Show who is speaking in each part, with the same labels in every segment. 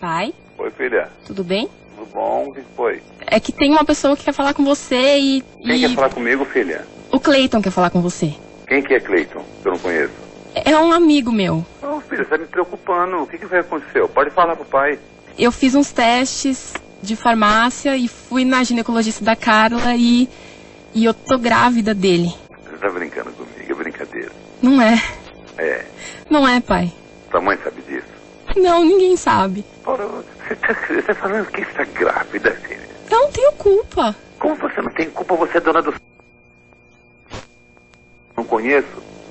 Speaker 1: Pai,
Speaker 2: Oi, filha.
Speaker 1: tudo bem?
Speaker 2: Tudo bom? O que foi?
Speaker 1: É que tem uma pessoa que quer falar com você e.
Speaker 2: Quem
Speaker 1: e
Speaker 2: quer falar comigo, filha?
Speaker 1: O Cleiton quer falar com você.
Speaker 2: Quem que é Cleiton? Que eu não conheço.
Speaker 1: É um amigo meu.
Speaker 2: Ô, filha, você tá me preocupando. O que que vai acontecer? Pode falar pro pai.
Speaker 1: Eu fiz uns testes de farmácia e fui na ginecologista da Carla e. E eu tô grávida dele.
Speaker 2: Você tá brincando comigo, é brincadeira.
Speaker 1: Não é.
Speaker 2: É,
Speaker 1: Não é, pai.
Speaker 2: sua mãe sabe disso.
Speaker 1: Não, ninguém sabe.
Speaker 2: Ora, você tá, você tá falando que está grávida, filha.
Speaker 1: Eu não tenho culpa.
Speaker 2: Como você não tem culpa, você é dona do... Não conheço.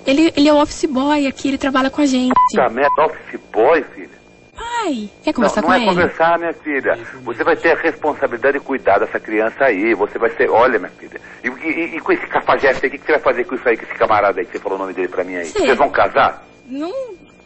Speaker 1: Ele, ele é o office boy aqui, ele trabalha com a gente.
Speaker 2: Da merda, office boy, filha.
Speaker 1: Pai, quer
Speaker 2: Não,
Speaker 1: conversar
Speaker 2: não
Speaker 1: com
Speaker 2: é
Speaker 1: ele?
Speaker 2: conversar, minha filha. Você vai ter a responsabilidade de cuidar dessa criança aí. Você vai ser. Olha, minha filha. E, e- e com esse cafajeste aí, o que, que você vai fazer com isso aí, com esse camarada aí que você falou o nome dele pra mim aí?
Speaker 1: Sim.
Speaker 2: Vocês vão casar?
Speaker 1: Não.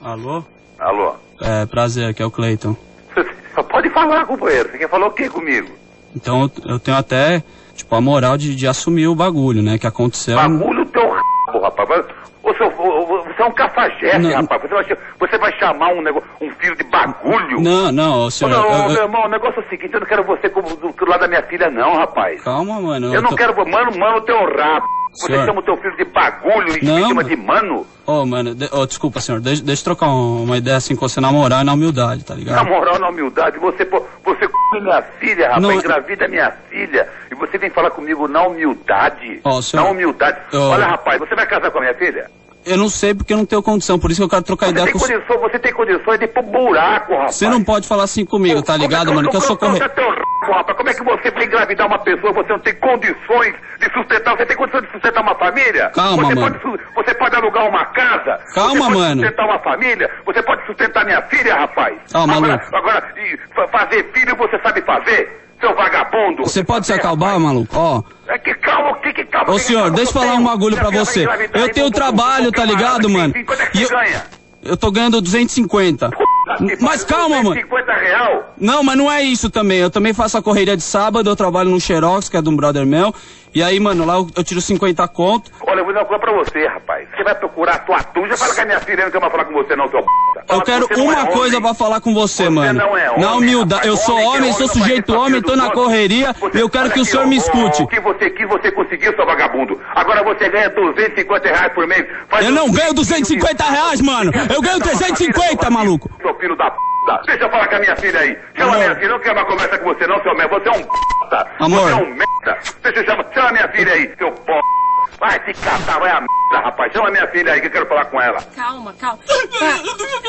Speaker 3: Alô?
Speaker 2: Alô?
Speaker 3: É, prazer, aqui é o Cleiton.
Speaker 2: Você só pode falar, companheiro. Você quer falar o quê comigo?
Speaker 3: Então eu, eu tenho até, tipo, a moral de, de assumir o bagulho, né? Que aconteceu.
Speaker 2: Bagulho o teu rabo, rapaz. Vai- Ô, seu, ô, ô, você é um cafajeste,
Speaker 3: Não.
Speaker 2: rapaz. Você vai, ch- você vai chamar um, negócio, um filho de bagulho?
Speaker 3: Não, não, ô, senhor.
Speaker 2: Não,
Speaker 3: eu- eu-
Speaker 2: meu irmão, o negócio é o seguinte: eu não quero você como do, do lado da minha filha, não, rapaz.
Speaker 3: calma, mano.
Speaker 2: Eu não
Speaker 3: tô-
Speaker 2: quero, mano, mano, teu rabo. Você
Speaker 3: Senhor.
Speaker 2: chama o teu filho de bagulho e
Speaker 3: Não.
Speaker 2: me chama de mano?
Speaker 3: Ô, mano, de- ô, desculpa, senhor. Deixa, deixa eu trocar um- uma ideia assim com você na moral e na humildade, tá
Speaker 2: Na
Speaker 3: ligado?
Speaker 2: moral, na humildade, você, pô, você come minha filha, rapaz,
Speaker 3: Não.
Speaker 2: engravida minha filha, e você vem falar comigo na humildade.
Speaker 3: Ó, senhor.
Speaker 2: Na humildade.
Speaker 3: Ó.
Speaker 2: Olha, rapaz, você vai casar com a minha filha?
Speaker 3: Eu não sei porque eu não tenho condição, por isso que eu quero trocar
Speaker 2: Você
Speaker 3: ideia
Speaker 2: tem,
Speaker 3: com o senhor.
Speaker 2: condições, você tem condições de ir pro buraco, rapaz.
Speaker 3: Você não pode falar assim comigo,
Speaker 2: é
Speaker 3: tá ligado, mano? Que eu sou corre...
Speaker 2: Teu rabo, rapaz. Como é que você vai engravidar uma pessoa? Você não tem condições de sustentar. Você tem condições de sustentar uma família?
Speaker 3: Calma,
Speaker 2: você
Speaker 3: mano.
Speaker 2: Pode, su- você pode alugar uma casa?
Speaker 3: Calma,
Speaker 2: você pode
Speaker 3: mano.
Speaker 2: sustentar uma família? Você pode sustentar minha filha, rapaz?
Speaker 3: Ah,
Speaker 2: agora,
Speaker 3: maluco.
Speaker 2: agora e fa- fazer filho você sabe fazer? Seu vagabundo.
Speaker 3: Você pode se acalmar, maluco? Ó.
Speaker 2: É que calma, que, que calma.
Speaker 3: Ô
Speaker 2: que
Speaker 3: senhor,
Speaker 2: calma
Speaker 3: deixa eu
Speaker 2: eu
Speaker 3: falar
Speaker 2: tenho.
Speaker 3: um bagulho
Speaker 2: Minha
Speaker 3: pra
Speaker 2: filha vai
Speaker 3: você.
Speaker 2: engravidar
Speaker 3: Eu
Speaker 2: aí,
Speaker 3: tenho
Speaker 2: vou-
Speaker 3: trabalho,
Speaker 2: vou-
Speaker 3: tá
Speaker 2: vou-
Speaker 3: ligado,
Speaker 2: vou-
Speaker 3: mano?
Speaker 2: Quanto é que
Speaker 3: E
Speaker 2: você
Speaker 3: eu-
Speaker 2: ganha?
Speaker 3: Eu tô ganhando 250. Mas calma, mano.
Speaker 2: 50 real?
Speaker 3: Não, mas não é isso também. Eu também faço a correria de sábado, eu trabalho num Xerox, que é de um brother meu. E aí, mano, lá eu, eu tiro 50 conto.
Speaker 2: Olha, eu vou dar uma coisa pra você, rapaz. Você vai procurar a tua tuja, já fala que a minha filha não quer mais falar com você, não, seu b.
Speaker 3: Eu quero uma
Speaker 2: é
Speaker 3: coisa pra falar com você, mano.
Speaker 2: não é homem,
Speaker 3: Na
Speaker 2: rapaz.
Speaker 3: humildade, eu sou
Speaker 2: Homem que é
Speaker 3: homem,
Speaker 2: homem
Speaker 3: sou
Speaker 2: não vai
Speaker 3: sujeito
Speaker 2: respeitar
Speaker 3: homem,
Speaker 2: filho
Speaker 3: tô
Speaker 2: dos
Speaker 3: na
Speaker 2: outros.
Speaker 3: correria
Speaker 2: Você-
Speaker 3: e eu quero
Speaker 2: olha
Speaker 3: que o
Speaker 2: aqui,
Speaker 3: senhor
Speaker 2: ó,
Speaker 3: me
Speaker 2: ó,
Speaker 3: escute.
Speaker 2: O que você quis, você conseguiu, seu vagabundo. Agora você ganha 250 reais por mês. Faz
Speaker 3: Eu
Speaker 2: um
Speaker 3: não ganho
Speaker 2: filho
Speaker 3: 250
Speaker 2: de-
Speaker 3: reais, mano. Eu ganho
Speaker 2: Não,
Speaker 3: 350,
Speaker 2: seu
Speaker 3: maluco.
Speaker 2: é Seu filho da p. Deixa eu falar com a minha filha aí. Chama
Speaker 3: Amor.
Speaker 2: a minha filha, eu não quero mais conversa com você, não, seu merda. Você é um p.
Speaker 3: Amor.
Speaker 2: Você é um merda. Deixa eu chamar. Chama a minha filha aí, seu p. Vai se catar, vai a merda, rapaz. Chama a minha filha aí que eu quero falar com ela.
Speaker 1: Calma, calma.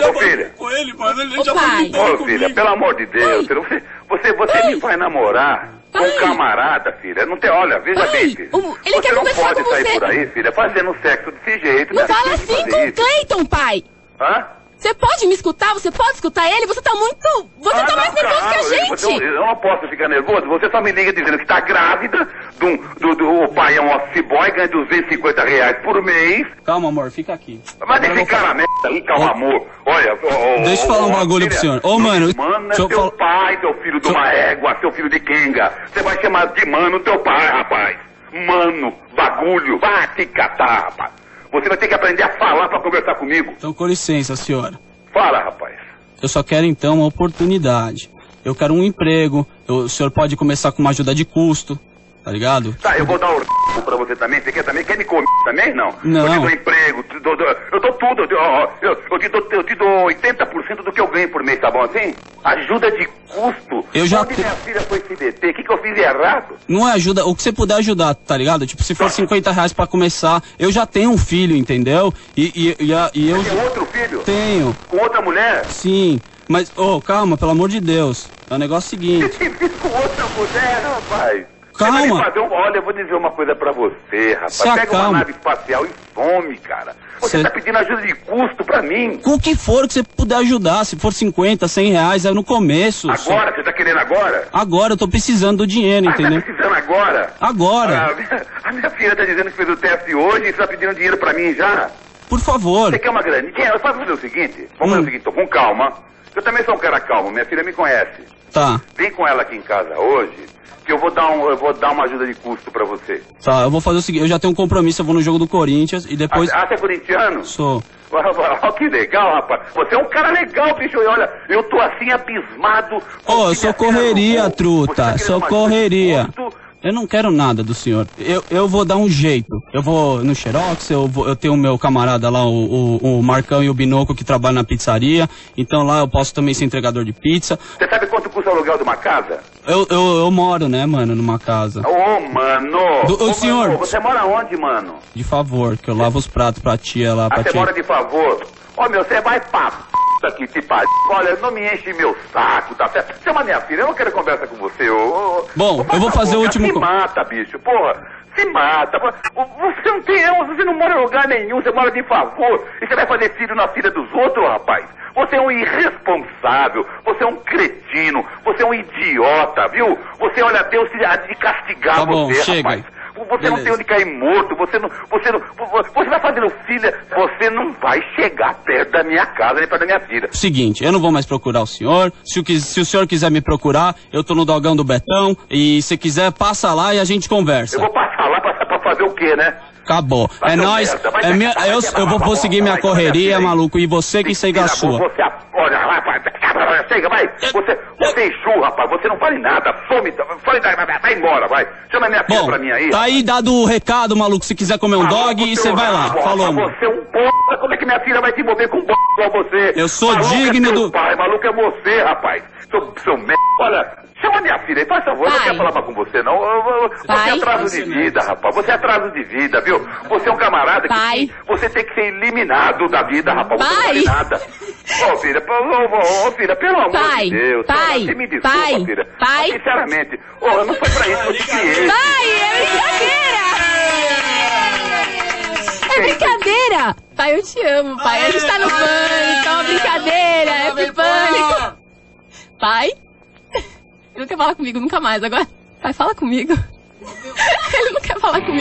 Speaker 2: Ô, filha.
Speaker 3: com ele, mano. Ele tá
Speaker 1: Ô, já foi pai. embora
Speaker 2: Ô, filha, pelo amor de Deus, filha, você, você, você
Speaker 1: Pai.
Speaker 2: me vai namorar com um
Speaker 1: Pai.
Speaker 2: camarada, filha. Não tem, olha, veja
Speaker 1: Pai,
Speaker 2: bem, filha.
Speaker 1: o- ele
Speaker 2: você
Speaker 1: quer
Speaker 2: não
Speaker 1: conversar
Speaker 2: pode
Speaker 1: com
Speaker 2: sair
Speaker 1: você.
Speaker 2: por aí, filha, fazendo sexo desse jeito.
Speaker 1: Não
Speaker 2: minha filha,
Speaker 1: fala assim
Speaker 2: fazer
Speaker 1: com o
Speaker 2: isso.
Speaker 1: Cleiton, pai.
Speaker 2: Hã?
Speaker 1: Você pode me escutar? Você pode escutar ele? Você tá muito. Você
Speaker 2: Ah,
Speaker 1: tá
Speaker 2: não, um-
Speaker 1: mais nervoso
Speaker 2: claro,
Speaker 1: que a
Speaker 2: eu- Eu,
Speaker 1: gente!
Speaker 2: eu não posso ficar nervoso. Você só me liga dizendo que tá grávida de um- do, do, o pai é um office boy, ganha 250 reais por mês.
Speaker 3: Calma, amor, fica aqui.
Speaker 2: Mas esse cara merda aí, calma,
Speaker 3: Ô.
Speaker 2: amor. Olha, ô, ô,
Speaker 3: Deixa eu
Speaker 2: ô,
Speaker 3: falar um
Speaker 2: ô,
Speaker 3: bagulho
Speaker 2: filha,
Speaker 3: pro senhor. Ô, mano,
Speaker 2: Mano é
Speaker 3: deixa eu
Speaker 2: teu
Speaker 3: falar-
Speaker 2: pai, teu filho de uma égua, seu filho de Kenga. Você vai chamar de mano teu pai, rapaz. Mano, bagulho, vai te catar, rapaz. Você vai ter que aprender a falar pra conversar comigo.
Speaker 3: Então, com licença, senhora.
Speaker 2: Fala, rapaz.
Speaker 3: Eu só quero então uma oportunidade. Eu quero um emprego. Eu- o senhor pode começar com uma ajuda de custo, tá ligado?
Speaker 2: Tá, eu vou dar o r... pra você também. Você quer também? Quer me comer também? Não.
Speaker 3: Não.
Speaker 2: Eu te dou emprego, te dou- dou- eu dou tudo. Eu, te- ó, ó, eu, eu te dou, eu te dou 80% do que eu ganho por mês, tá bom assim? Ajuda de custo.
Speaker 3: Eu já
Speaker 2: Onde
Speaker 3: te-
Speaker 2: minha filha foi se meter? O que, que eu fiz errado?
Speaker 3: Não é ajuda, o que você puder ajudar, tá ligado? Tipo, se for 50 reais pra começar, eu já tenho um filho, entendeu? E, e, e, a- e eu
Speaker 2: Tem outro filho?
Speaker 3: tenho,
Speaker 2: Com outra mulher?
Speaker 3: sim. Mas, ô, calma, pelo amor de Deus. É o negócio seguinte.
Speaker 2: Esse filho com outra mulher, rapaz.
Speaker 3: Calma.
Speaker 2: Você vai me fazer um- Olha, eu vou dizer uma coisa pra você, rapaz.
Speaker 3: Se
Speaker 2: Pega
Speaker 3: acalma.
Speaker 2: uma nave espacial e some, cara. Você
Speaker 3: Cê-
Speaker 2: tá pedindo ajuda de custo pra mim.
Speaker 3: Com o que for que você puder ajudar, se for 50, 100 reais, é no começo. só-
Speaker 2: Agora? Você tá querendo agora?
Speaker 3: Agora eu tô precisando do dinheiro,
Speaker 2: Ah, tá
Speaker 3: entendeu?
Speaker 2: precisando agora?
Speaker 3: Agora,
Speaker 2: A minha, a minha filha tá dizendo que fez o teste hoje e está pedindo dinheiro pra mim já.
Speaker 3: por favor.
Speaker 2: Você quer uma graninha? Quer? Vamos fazer o seguinte? Vamos
Speaker 3: Hum.
Speaker 2: fazer o seguinte, tô com calma. Eu também sou um cara calmo, minha filha me conhece.
Speaker 3: Tá,
Speaker 2: Vem com ela aqui em casa hoje, que eu vou dar, um, eu vou dar uma ajuda de custo pra você.
Speaker 3: tá, eu vou fazer o seguinte, eu já tenho um compromisso, eu vou no jogo do Corinthians e depois...
Speaker 2: Ah, você é ah, corintiano?
Speaker 3: Sou.
Speaker 2: Ó, que legal, rapaz. Você é um cara legal, bicho. E olha, eu tô assim abismado. com
Speaker 3: Ô,
Speaker 2: o que minha
Speaker 3: sou
Speaker 2: filha
Speaker 3: correria,
Speaker 2: arrumou.
Speaker 3: truta,
Speaker 2: Você tá
Speaker 3: sou
Speaker 2: querendo uma
Speaker 3: correria.
Speaker 2: coisa de gosto?
Speaker 3: Eu não quero nada do senhor. Eu, eu vou dar um jeito. Eu vou no Xerox, eu, vou- eu tenho o meu camarada lá, o, o- o Marcão e o Binoco, que trabalham na pizzaria. Então lá eu posso também ser entregador de pizza.
Speaker 2: Você sabe quanto custa o aluguel de uma casa?
Speaker 3: Eu, eu, eu moro, né, mano, numa casa.
Speaker 2: Ô, mano!
Speaker 3: Do- ô,
Speaker 2: mano,
Speaker 3: senhor.
Speaker 2: você mora onde, mano?
Speaker 3: De favor, que eu lavo os pratos pra tia lá,
Speaker 2: Ah,
Speaker 3: pra
Speaker 2: você
Speaker 3: tia.
Speaker 2: mora de favor. Ô, meu, você vai pra p*** que te pariu. Olha, não me enche meu saco, tá certo? Chama minha filha, eu não quero conversa com você. Ô, ô,
Speaker 3: Bom,
Speaker 2: ô,
Speaker 3: eu vou
Speaker 2: bota a
Speaker 3: fazer o
Speaker 2: boca,
Speaker 3: último
Speaker 2: Se
Speaker 3: com-
Speaker 2: mata, bicho, porra. Se mata. Pô, Você não tem... Você não mora em lugar nenhum, você mora de favor. E você vai fazer filho na filha dos outros, rapaz? Você é um irresponsável, você é um cretino, você é um idiota, viu? Você, olha, Deus se há de castigar
Speaker 3: Tá bom,
Speaker 2: você,
Speaker 3: chega.
Speaker 2: rapaz. Você não
Speaker 3: Beleza.
Speaker 2: tem onde cair morto, você não, você não, vo- você vai fazendo filha, você não vai chegar perto da minha casa, nem perto da minha filha.
Speaker 3: Seguinte, eu não vou mais procurar o senhor. Se o, quis- se o senhor quiser me procurar, eu tô no dogão do Betão. E se quiser, passa lá e a gente conversa.
Speaker 2: Eu vou passar lá pra, pra fazer o quê, né?
Speaker 3: Acabou.
Speaker 2: Vai
Speaker 3: é
Speaker 2: ser um
Speaker 3: nóis.
Speaker 2: merda, vai
Speaker 3: É
Speaker 2: ser-
Speaker 3: minha,
Speaker 2: vai
Speaker 3: eu,
Speaker 2: ser
Speaker 3: eu vou
Speaker 2: babaca,
Speaker 3: vou seguir minha
Speaker 2: vai, vai, vai,
Speaker 3: correria,
Speaker 2: vai.
Speaker 3: maluco, e você que segue a
Speaker 2: Filha,
Speaker 3: sua.
Speaker 2: Você, olha, rapaz, chega, vai. Você, você enxurra, rapaz, você não fale nada, some, fale, vai, vai, vai embora, vai. Chama minha filha
Speaker 3: Bom,
Speaker 2: pra mim aí.
Speaker 3: tá aí dado o recado, maluco. Se quiser comer um
Speaker 2: Maluco,
Speaker 3: dog, e
Speaker 2: seu
Speaker 3: você vai lá.
Speaker 2: rabo, rapaz,
Speaker 3: Falou, mano.
Speaker 2: Você é um bosta, como é que minha filha vai se envolver com um bosta igual você?
Speaker 3: Eu sou
Speaker 2: Maluco
Speaker 3: digno
Speaker 2: é seu
Speaker 3: do-
Speaker 2: pai, maluco é você, rapaz. Seu, seu merda. Olha, chama minha filha aí, faz favor, eu não
Speaker 1: Pai.
Speaker 2: quero falar mais com você, não. Eu- eu- eu- Você é
Speaker 1: Pai.
Speaker 2: atraso de vida, rapaz. Você é atraso de vida, viu? Você é um camarada
Speaker 1: Pai.
Speaker 2: que você tem que ser eliminado da vida, rapaz. Você não
Speaker 1: Pai.
Speaker 2: vale nada. Ô, filha, pô, ô, ô, ô, filha, pelo amor
Speaker 1: Pai.
Speaker 2: de Deus.
Speaker 1: Pai.
Speaker 2: olha, Você me desculpa,
Speaker 1: Pai.
Speaker 2: filha.
Speaker 1: Pai.
Speaker 2: Mas, Sinceramente, ô, eu não foi pra isso, eu te criei.
Speaker 1: Pai, é brincadeira! É brincadeira! Pai, eu te amo, pai. A gente tá no pânico, é uma brincadeira, é pânico. Pai? Ele não quer falar comigo nunca mais. Agora, pai, fala comigo. Ele não quer falar comigo.